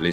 les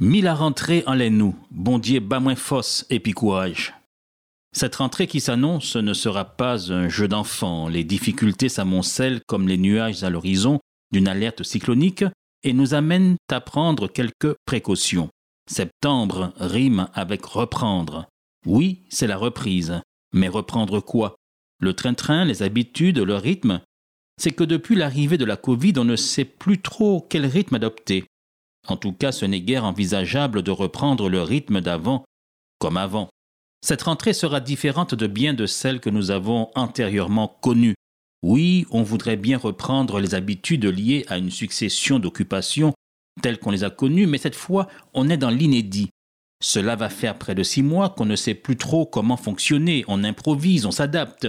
Mille à rentrée en les nous, bon Dieu, bas moins fosse et puis courage. Cette rentrée qui s'annonce ne sera pas un jeu d'enfant. Les difficultés s'amoncellent comme les nuages à l'horizon d'une alerte cyclonique et nous amènent à prendre quelques précautions. Septembre rime avec reprendre. Oui, c'est la reprise. Mais reprendre quoi Le train-train, les habitudes, le rythme C'est que depuis l'arrivée de la Covid, on ne sait plus trop quel rythme adopter. En tout cas, ce n'est guère envisageable de reprendre le rythme d'avant comme avant. Cette rentrée sera différente de bien de celle que nous avons antérieurement connue. Oui, on voudrait bien reprendre les habitudes liées à une succession d'occupations telles qu'on les a connues, mais cette fois, on est dans l'inédit. Cela va faire près de six mois qu'on ne sait plus trop comment fonctionner, on improvise, on s'adapte.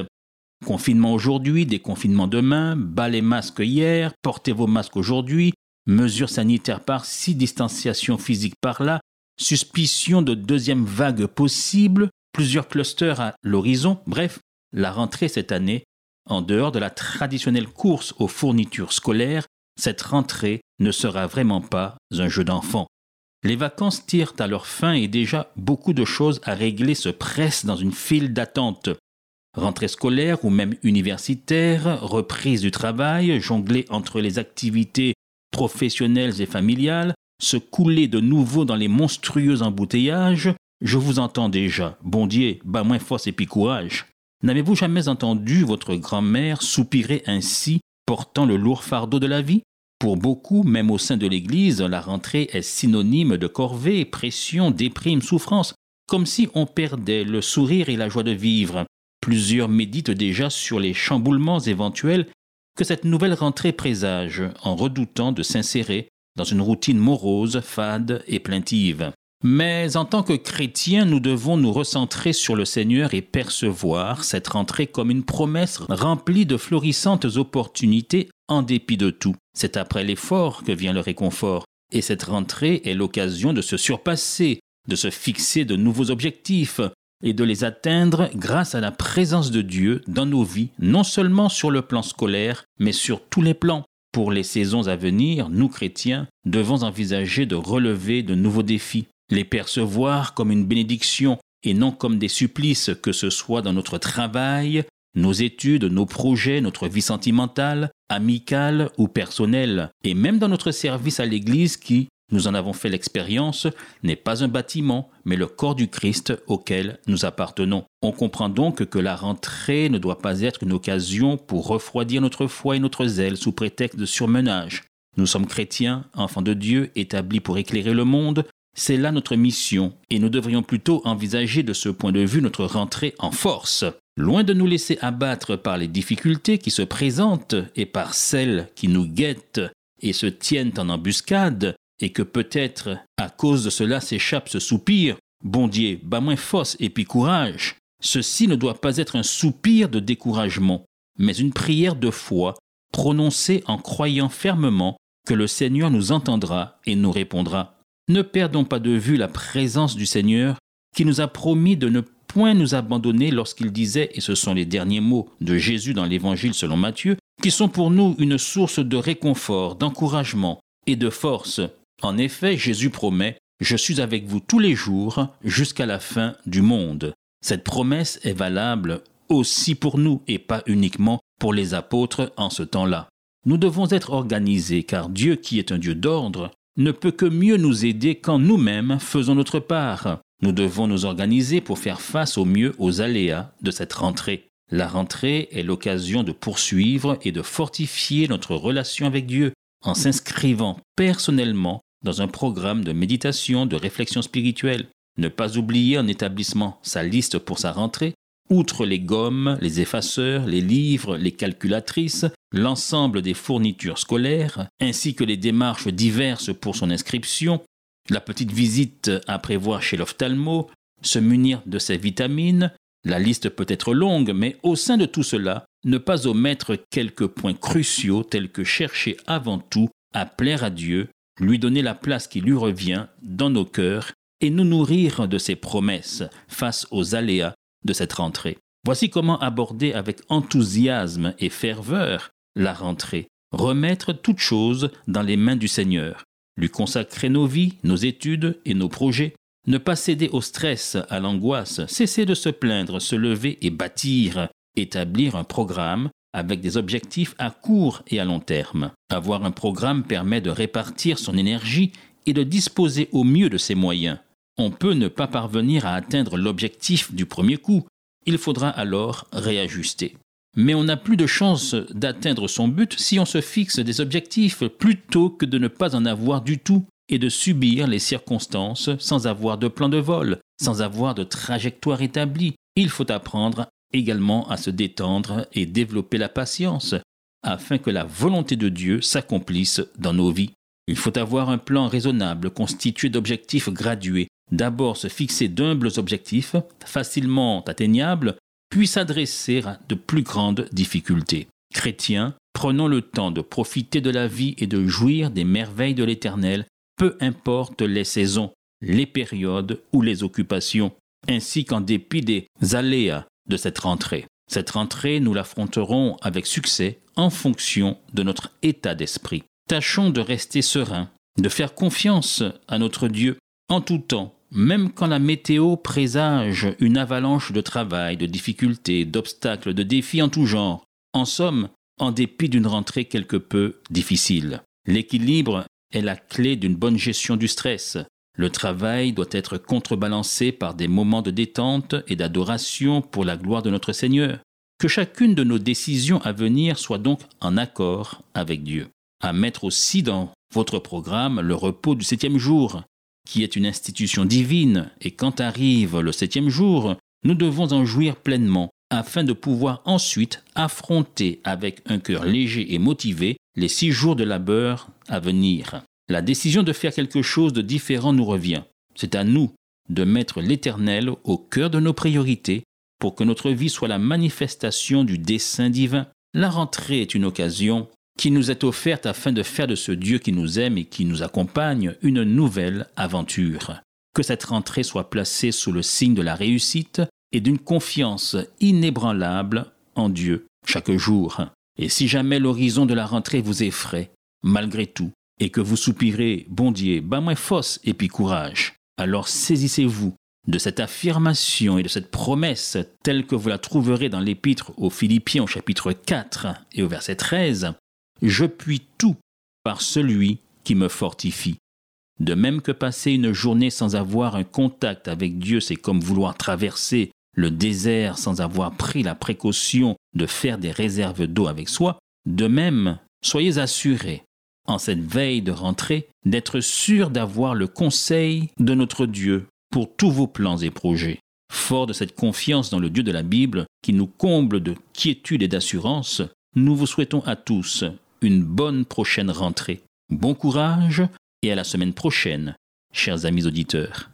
Confinement aujourd'hui, déconfinement demain, bas les masques hier, portez vos masques aujourd'hui, mesures sanitaires par-ci, distanciation physique par-là, suspicion de deuxième vague possible, plusieurs clusters à l'horizon, bref, la rentrée cette année, en dehors de la traditionnelle course aux fournitures scolaires, cette rentrée ne sera vraiment pas un jeu d'enfant. Les vacances tirent à leur fin et déjà beaucoup de choses à régler se pressent dans une file d'attente. Rentrée scolaire ou même universitaire, reprise du travail, jongler entre les activités professionnelles et familiales, se couler de nouveau dans les monstrueux embouteillages, je vous entends déjà. Bon Dieu, bas moins force et puis courage. N'avez-vous jamais entendu votre grand-mère soupirer ainsi, portant le lourd fardeau de la vie Pour beaucoup, même au sein de l'Église, la rentrée est synonyme de corvée, pression, déprime, souffrance, comme si on perdait le sourire et la joie de vivre. Plusieurs méditent déjà sur les chamboulements éventuels que cette nouvelle rentrée présage, en redoutant de s'insérer dans une routine morose, fade et plaintive. Mais en tant que chrétiens, nous devons nous recentrer sur le Seigneur et percevoir cette rentrée comme une promesse remplie de florissantes opportunités en dépit de tout. C'est après l'effort que vient le réconfort, et cette rentrée est l'occasion de se surpasser, de se fixer de nouveaux objectifs et de les atteindre grâce à la présence de Dieu dans nos vies, non seulement sur le plan scolaire, mais sur tous les plans. Pour les saisons à venir, nous chrétiens devons envisager de relever de nouveaux défis, les percevoir comme une bénédiction et non comme des supplices, que ce soit dans notre travail, nos études, nos projets, notre vie sentimentale, amicale ou personnelle, et même dans notre service à l'Église qui, nous en avons fait l'expérience, n'est pas un bâtiment, mais le corps du Christ auquel nous appartenons. On comprend donc que la rentrée ne doit pas être une occasion pour refroidir notre foi et notre zèle sous prétexte de surmenage. Nous sommes chrétiens, enfants de Dieu, établis pour éclairer le monde. C'est là notre mission, et nous devrions plutôt envisager de ce point de vue notre rentrée en force. Loin de nous laisser abattre par les difficultés qui se présentent et par celles qui nous guettent et se tiennent en embuscade, et que peut-être à cause de cela s'échappe ce soupir, bon Dieu, bas moins force et puis courage. Ceci ne doit pas être un soupir de découragement, mais une prière de foi prononcée en croyant fermement que le Seigneur nous entendra et nous répondra. Ne perdons pas de vue la présence du Seigneur qui nous a promis de ne point nous abandonner lorsqu'il disait, et ce sont les derniers mots de Jésus dans l'Évangile selon Matthieu, qui sont pour nous une source de réconfort, d'encouragement et de force en effet, Jésus promet Je suis avec vous tous les jours jusqu'à la fin du monde. Cette promesse est valable aussi pour nous et pas uniquement pour les apôtres en ce temps-là. Nous devons être organisés car Dieu, qui est un Dieu d'ordre, ne peut que mieux nous aider quand nous-mêmes faisons notre part. Nous devons nous organiser pour faire face au mieux aux aléas de cette rentrée. La rentrée est l'occasion de poursuivre et de fortifier notre relation avec Dieu en s'inscrivant personnellement dans un programme de méditation, de réflexion spirituelle. Ne pas oublier en établissement sa liste pour sa rentrée, outre les gommes, les effaceurs, les livres, les calculatrices, l'ensemble des fournitures scolaires, ainsi que les démarches diverses pour son inscription, la petite visite à prévoir chez l'ophtalmo, se munir de ses vitamines, la liste peut être longue, mais au sein de tout cela, ne pas omettre quelques points cruciaux tels que chercher avant tout à plaire à Dieu, lui donner la place qui lui revient dans nos cœurs et nous nourrir de ses promesses face aux aléas de cette rentrée. Voici comment aborder avec enthousiasme et ferveur la rentrée, remettre toutes choses dans les mains du Seigneur, lui consacrer nos vies, nos études et nos projets, ne pas céder au stress, à l'angoisse, cesser de se plaindre, se lever et bâtir, établir un programme avec des objectifs à court et à long terme. Avoir un programme permet de répartir son énergie et de disposer au mieux de ses moyens. On peut ne pas parvenir à atteindre l'objectif du premier coup, il faudra alors réajuster. Mais on n'a plus de chance d'atteindre son but si on se fixe des objectifs plutôt que de ne pas en avoir du tout et de subir les circonstances sans avoir de plan de vol, sans avoir de trajectoire établie. Il faut apprendre également à se détendre et développer la patience afin que la volonté de Dieu s'accomplisse dans nos vies. Il faut avoir un plan raisonnable constitué d'objectifs gradués. D'abord se fixer d'humbles objectifs, facilement atteignables, puis s'adresser à de plus grandes difficultés. Chrétiens, prenons le temps de profiter de la vie et de jouir des merveilles de l'Éternel, peu importe les saisons, les périodes ou les occupations, ainsi qu'en dépit des aléas de cette rentrée. Cette rentrée, nous l'affronterons avec succès en fonction de notre état d'esprit. Tâchons de rester sereins, de faire confiance à notre Dieu en tout temps, même quand la météo présage une avalanche de travail, de difficultés, d'obstacles, de défis en tout genre. En somme, en dépit d'une rentrée quelque peu difficile. L'équilibre est la clé d'une bonne gestion du stress. Le travail doit être contrebalancé par des moments de détente et d'adoration pour la gloire de notre Seigneur. Que chacune de nos décisions à venir soit donc en accord avec Dieu. À mettre aussi dans votre programme le repos du septième jour, qui est une institution divine, et quand arrive le septième jour, nous devons en jouir pleinement afin de pouvoir ensuite affronter avec un cœur léger et motivé les six jours de labeur à venir. La décision de faire quelque chose de différent nous revient. C'est à nous de mettre l'Éternel au cœur de nos priorités pour que notre vie soit la manifestation du dessein divin. La rentrée est une occasion qui nous est offerte afin de faire de ce Dieu qui nous aime et qui nous accompagne une nouvelle aventure. Que cette rentrée soit placée sous le signe de la réussite et d'une confiance inébranlable en Dieu chaque jour. Et si jamais l'horizon de la rentrée vous effraie, malgré tout, et que vous soupirez, bon Dieu, bas moins fausse et puis courage, alors saisissez-vous de cette affirmation et de cette promesse telle que vous la trouverez dans l'épître aux Philippiens au chapitre 4 et au verset 13. Je puis tout par celui qui me fortifie. De même que passer une journée sans avoir un contact avec Dieu, c'est comme vouloir traverser le désert sans avoir pris la précaution de faire des réserves d'eau avec soi, de même, soyez assurés en cette veille de rentrée, d'être sûr d'avoir le conseil de notre Dieu pour tous vos plans et projets. Fort de cette confiance dans le Dieu de la Bible, qui nous comble de quiétude et d'assurance, nous vous souhaitons à tous une bonne prochaine rentrée. Bon courage et à la semaine prochaine, chers amis auditeurs.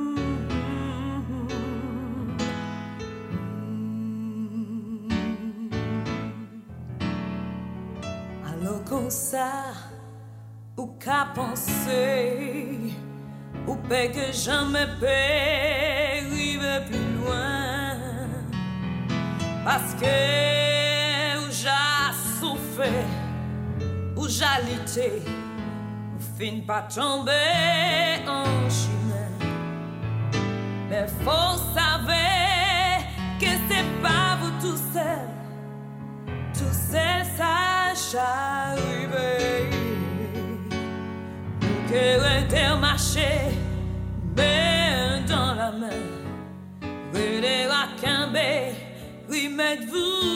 Mm. Alô, Gonçá, o cá pensei, o pé que jamais périme plus loin, parce que o já souffert, o já lité, o fim pas tomber en chemin. Mais faut savoir que c'est pas vous tout seul, tout seul ça j'arrive. Mon cœur intermarché, main dans la main, rue des Racambés, oui, mettez-vous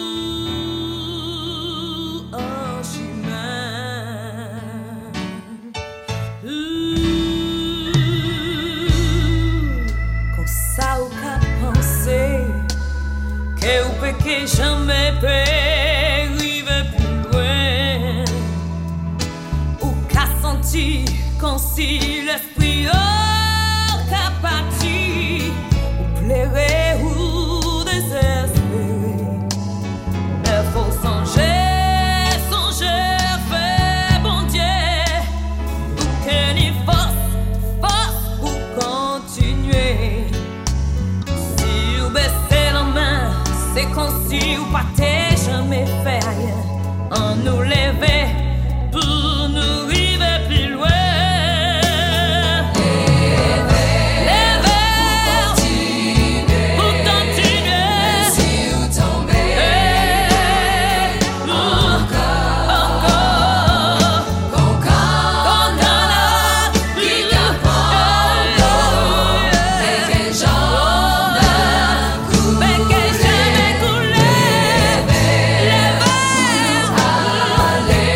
en chemin. Uh. Ouh, Comme ça, ou qu'a pensé que ou peut Kwe ke janme pe rive pou lwen Ou ka santi kon si l'esprit ou ka pati Ou plere ou desespere Mè fò sanje, sanje fè bon diè Ou ke ni fòs, fòs pou kontinue Si ou bese lan men, se kon si ou pate jame fe ayen An nou leve pou nou rive pli lwen Leve, pou kontinue Si ou tombe, ankor, ankor Kon an la, li la pande Mais que jamais coulé les verres Pour nous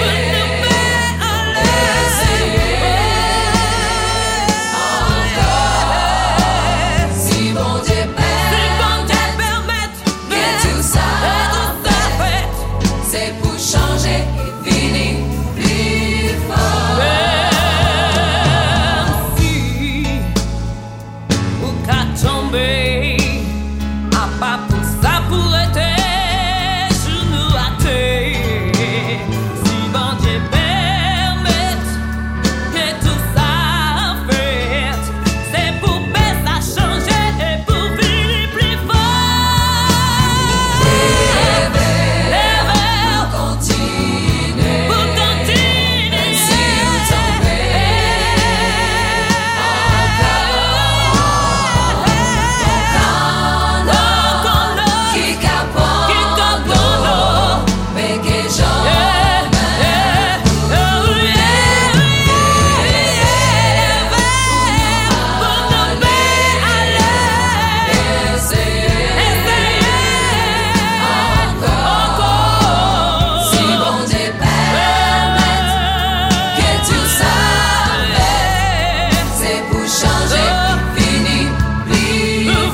faire aller Si bon Dieu permet Que tout ça fasse C'est pour changer et finir plus fort. Même si Ou qu'à tomber A pas pour ça pour être Genou à terre Si bon Dieu permet Que tout ça fête C'est pour faire ça changer Et pour finir plus fort Rêver Continuez. Pour continuer Si vous tombez, Encore là qui capote, Qui capote. mais que j'en ai. Si bon Dieu permet que tout ça fait, c'est pour changer, finir, plus